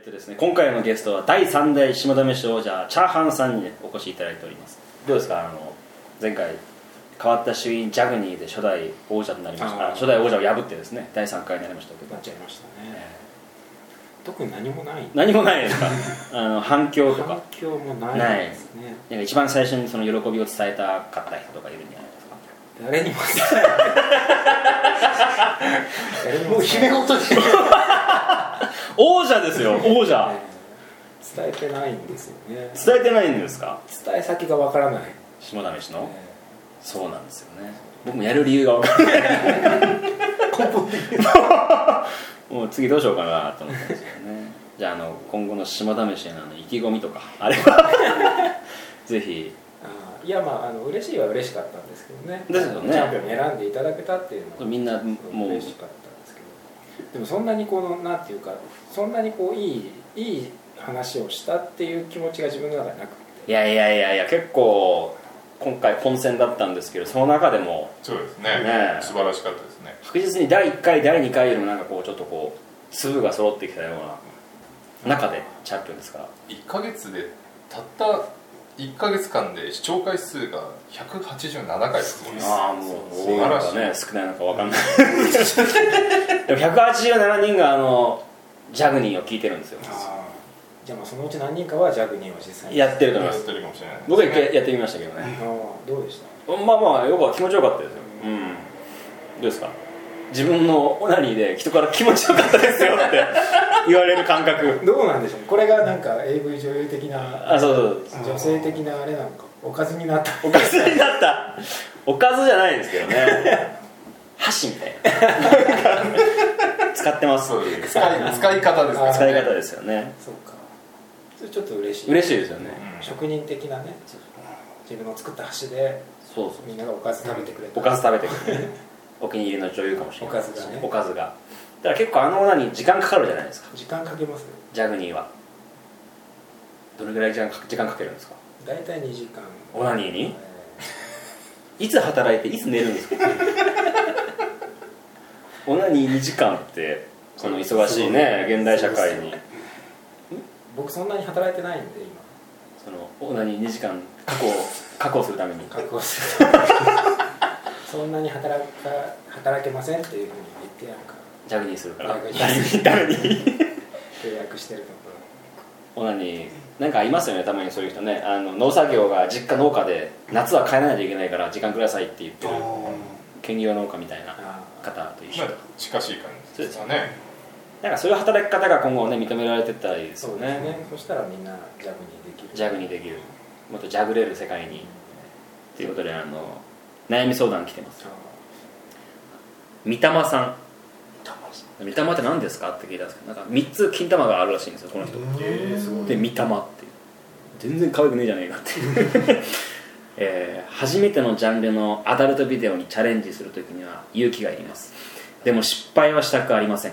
でですね今回のゲストは第3代下田飯王者チャーハンさんに、ね、お越しいただいておりますどうですかあの前回変わった衆院ジャグニーで初代王者になりましたあーあ初代王者を破ってですね第3回になりましたけどなっちゃいましたね特に何もない何もないです かあの反響とか環境もないですねなんか一番最初にその喜びを伝えたかった人とかいるんじゃないですか誰にも誰にももう姫ごとに 王者ですよ王者伝えてないんですよね伝えてないんですか伝え先がわからない下田飯のそうなんですよね僕もやる理由が分からない根本的に もう次どうしようかなと思ったんですよねじゃああの今後の下田飯へのあの意気込みとかあれ ばぜひあーいやまああの嬉しいは嬉しかったんですけどねですよねチャンピオンに選んでいただけたっていうのはみんなもう嬉しかったんですけどでもそんなにこのなんていうかそんなにこういいいい話をしたっていう気持ちが自分の中になくていやいやいやいや結構今回混戦だったんですけどその中でもそうですねねえ素晴らしかったですね確実に第1回第2回よりもなんかこうちょっとこう粒が揃ってきたような中でチャンピオンですから1か月でたった1か月間で視聴回数が187回ですもんねああもうそう多いのか素晴ねら少ないのか分かんないでも187人があのジャグニーを聞いてるんですよじゃあまあそのうち何人かはジャグニーを実際にやってると思いやまっすてるかもしれないですね僕は一回やってみましたけどあねーどうでしたまあまあよく気持ちよかったですようんどうですか自分のオナニーで人から気持ちよかったですよって言われる感覚どうなんでしょうこれがなんか AV 女優的なあそうそうそう女性的なあれなんかおかずになったおかずになったおかずじゃないですけどね箸みたいな使ってますそうです使い使い方ですね使い方ですよねそうかそれちょっと嬉しい嬉しいですよねうん職人的なね自分の作った箸でそうそうみんながおかず食べてくれたおかず食べてくれる お気に入りの女優かもしれないおかずがねおかずがだから結構あの女に時間かかるじゃないですか時間かけますジャグニーはどれぐらい時間か時間かけるんですか大体2時間オナニーにえいつ働いていつ寝るん ですかオナニー2時間ってこの忙しいね現代社会にー僕そんなに働いてないんでそのオナニー2時間確保確保するために今確保す るそんなに働か働けませんっていうふうに言ってやるからジャグニーするからジャ誰グニに誰に契約してるとこオナニーなんかいますよねたまにそういう人ねあの農作業が実家農家で夏は帰らないといけないから時間くださいって言ってる兼業農家みたいなあー方と一ま緒あ近しい感じですかねなんかそういう働き方が今後ね認められてったらいいですそようですねそしたらみんなジャグにできるジャグにできるもっとジャグれる世界にということであの悩み相談来てます三玉さん三玉って何ですかって聞いたんですけどなんか3つ金玉があるらしいんですよこの人えーすごいで三玉って全然可愛くねえじゃねえかっていう えー初めてのジャンルのアダルトビデオにチャレンジするときには勇気がいりますでも失敗はしたくありません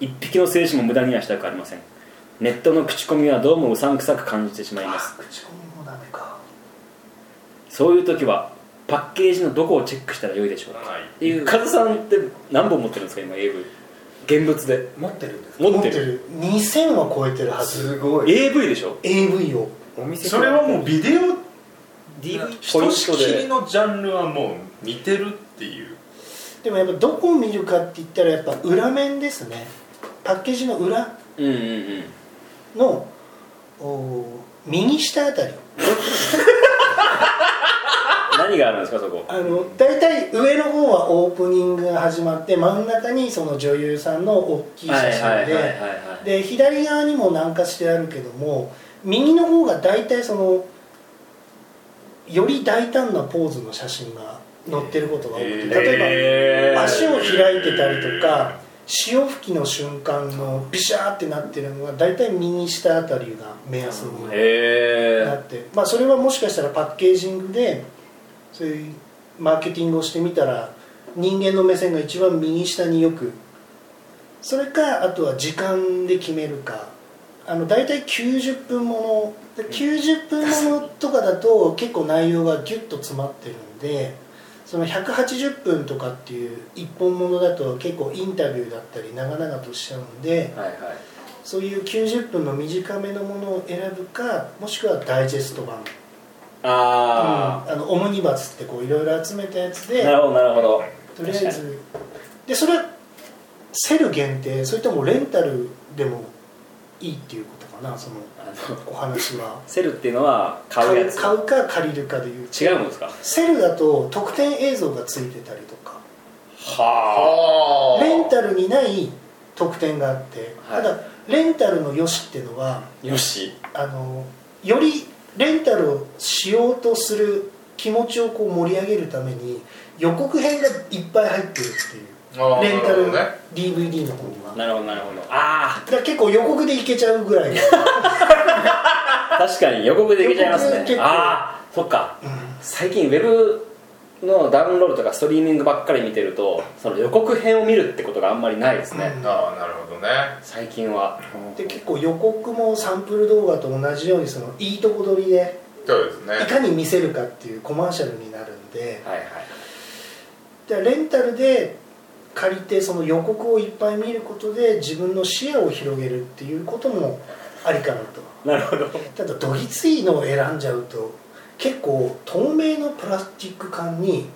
一匹の精子も無駄にはしたくありませんネットの口コミはどうもうさんくさく感じてしまいますあ口コミもダメかそういう時はパッケージのどこをチェックしたらよいでしょうかはいっていうカズさんって何本持ってるんですか今 AV 現物で持ってるんですか持ってる2000は超えてるはずご AV でしょ AV をお店それはもうビデオ DV ひとしきりのジャンルはもう似てるっていうでもやっぱどこを見るかって言ったらやっぱ裏面ですねパッケージの裏うんうんうんのお右下あたり何があるんですかそこあの大体上の方はオープニングが始まって真ん中にその女優さんの大きい写真ではいで左側にも何かしてあるけども右の方が大体そのより大胆なポーズの写真が載ってることが多くて例ええばー足を開いてたりとか潮吹きの瞬間のビシャーってなってるのが大体右下あたりが目安にへなーって、まあ、それはもしかしたらパッケージングでそういうマーケティングをしてみたら人間の目線が一番右下によくそれかあとは時間で決めるかあの大体90分もので90分ものとかだと結構内容がギュッと詰まってるんでその180分とかっていう一本ものだと結構インタビューだったり長々としちゃうんではいはいそういう90分の短めのものを選ぶかもしくはダイジェスト版あうんあのオムニバスってこういろいろ集めたやつあ、でなるほどなるほどとりあえずでそれはセル限定それともレンタルでもいいっていうことかなそのあのお話はセルっていうのは買うやつ買うか借りるかでいう違うもんですかセルだと特典映像がついてたりとかはあレンタルにない特典があって、はいただレンタルの良しっていうのはあよしあのよりレンタルをしようとする気持ちをこう盛り上げるために予告編がいっぱい入ってるっていうあーレンタルな DVD の方にはだなるほどなるほどあから結構予告でいけちゃうぐら いの、あ確かに予告でいけちゃいます予告でね結構ああそっかうん最近ウェブのダウンロードとかストリーミングばっかり見てるとその予告編を見るってことがあんまりないですね、うんあーなるほどね最近はで結構予告もサンプル動画と同じようにそのいいとこ取りでそうですねいかに見せるかっていうコマーシャルになるんではいはいでレンタルで借りてその予告をいっぱい見ることで自分の視野を広げるっていうこともありかなとなるほどただどぎついのを選んじゃうと結構透明のプラスチック缶に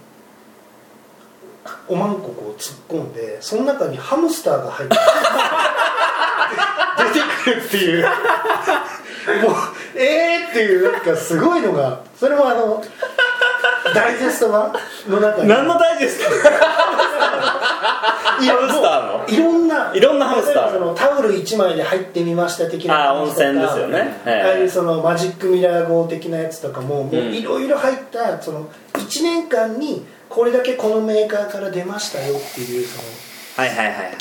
おまんここう突っ込んでその中にハムスターが入って出てくるっていうもうえーっていうなんかすごいのがそれもあのダイジェスト版の中に何の大事ですか いハろムスターのいろんないろんなハムスター例えばそのタオル1枚で入ってみました的なあー温泉ですよねはいああいうそのマジックミラー号的なやつとかももううんいろいろ入ったその1年間にこれだけこのメーカーから出ましたよっていうそのはいはいはい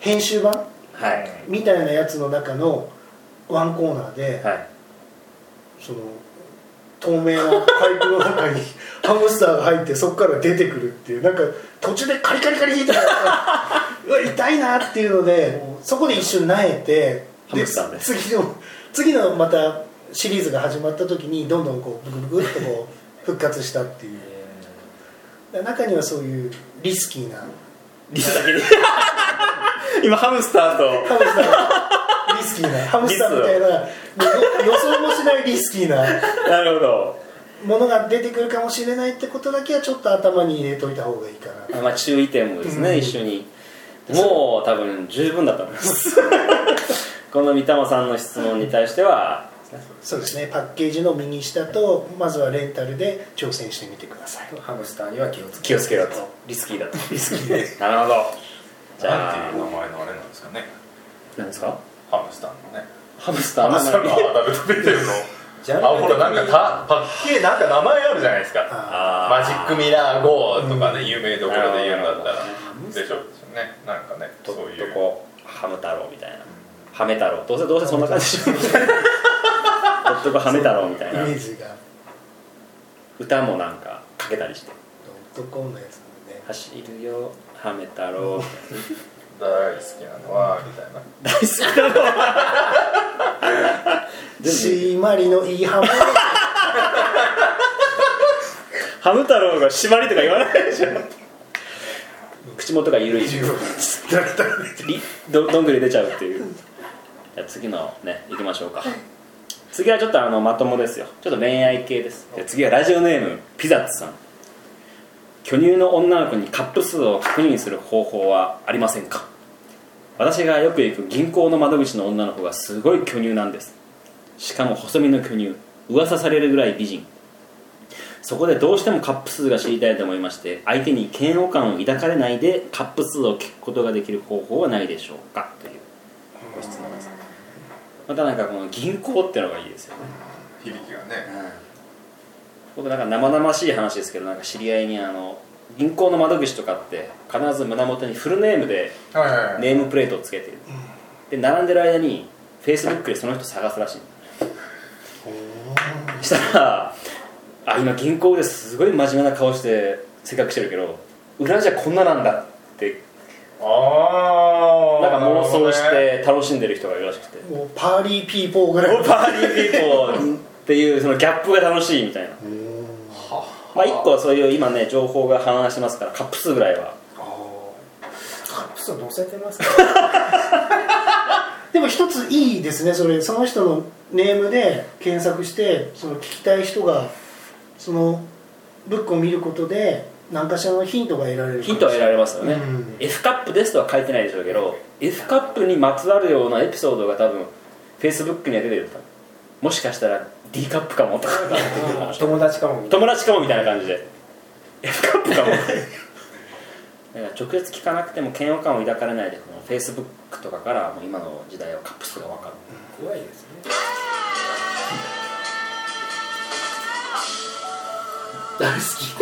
編集版はいはいみたいなやつの中のワンコーナーではいその透明なパイプの中に ハムスターが入ってそこから出てくるっていうなんか途中でカリカリカリってなってうわ痛いなっていうのでそこで一瞬なえてハムスターで次の次のまたシリーズが始まった時にどんどんこうブクブクっとこう復活したっていうだから中にはそういうリスキーなハリ スだけに今ハムスタームとスターリスキーなハムスターみたいな予想もしないリスキーななるほどものが出てくるかもしれないってことだけはちょっと頭に入れといた方がいいかなまあ注意点もですね、うん一緒にもう多分十分だと思います この三玉さんの質問に対してはそうですねパッケージの右下とまずはレンタルで挑戦してみてくださいハムスターには気をつけ気をつけろとリスキーだとリスキーで なるほどじなんゃてあいう名前のあれなんですかね何ですかハムスターのねハムスタハーのムスターのアダルトビデオのジャンルあほらなんかたパッケージなんか名前あるじゃないですかああーマジックミラー GO とかね有名どころで言うんだったらなるでしょうねなんかねそとうというこハム太郎みたいなハメ太郎どうせどうせそんな感 じでしょとっとこハメ太郎みたいなイメージが歌もなんかかけたりして男のやつなんでね走るよハメ太郎大好きなのはみたいな大好き だなシーマリのいいハムハム太郎が縛りとか言わないでしょ口元が緩 いりどどんぐり出ちゃうっていうじゃあ次のね行きましょうか次はちょっとあのまともですよちょっと恋愛系ですじゃあ次はラジオネームピザッツさん巨乳の女の子にカップ数を確認する方法はありませんか私がよく行く銀行の窓口の女の子がすごい巨乳なんですしかも細身の巨乳噂されるぐらい美人そこでどうしてもカップ数が知りたいと思いまして相手に嫌悪感を抱かれないでカップ数を聞くことができる方法はないでしょうかというご質問ですまたなんかこの銀行ってのがいいですよね響きがね僕なんか生々しい話ですけどなんか知り合いにあの銀行の窓口とかって必ず胸元にフルネームではいはいはいネームプレートをつけているで並んでる間にフェイスブックでその人探すらしいそしたら「あ今銀行ですごい真面目な顔してせっかくしてるけど裏じゃこんななんだ」ってあなんあか妄想して楽しんでる人がいるらしくてもうパーリーピーポー「ぐらいオーパーリーピーポー」っていうそのギャップが楽しいみたいなまあ一個はそういう今ね情報が氾濫してますからカップ数ぐらいはカップスを乗せてますかでも一ついいですねそれその人のネームで検索してその聞きたい人がそのブックを見ることで何かしらのヒントが得られるヒントは得られれますよね、うん F カップですとは書いてないでしょうけど F カップにまつわるようなエピソードが多分 Facebook には出てるともしかしたら D カップかもと か友達かもみたい友達かもみたいな感じで F カップかもだから直接聞かなくても嫌悪感を抱かれないでこの Facebook とかからもう今の時代はカップ数が分かるな怖いですね大好き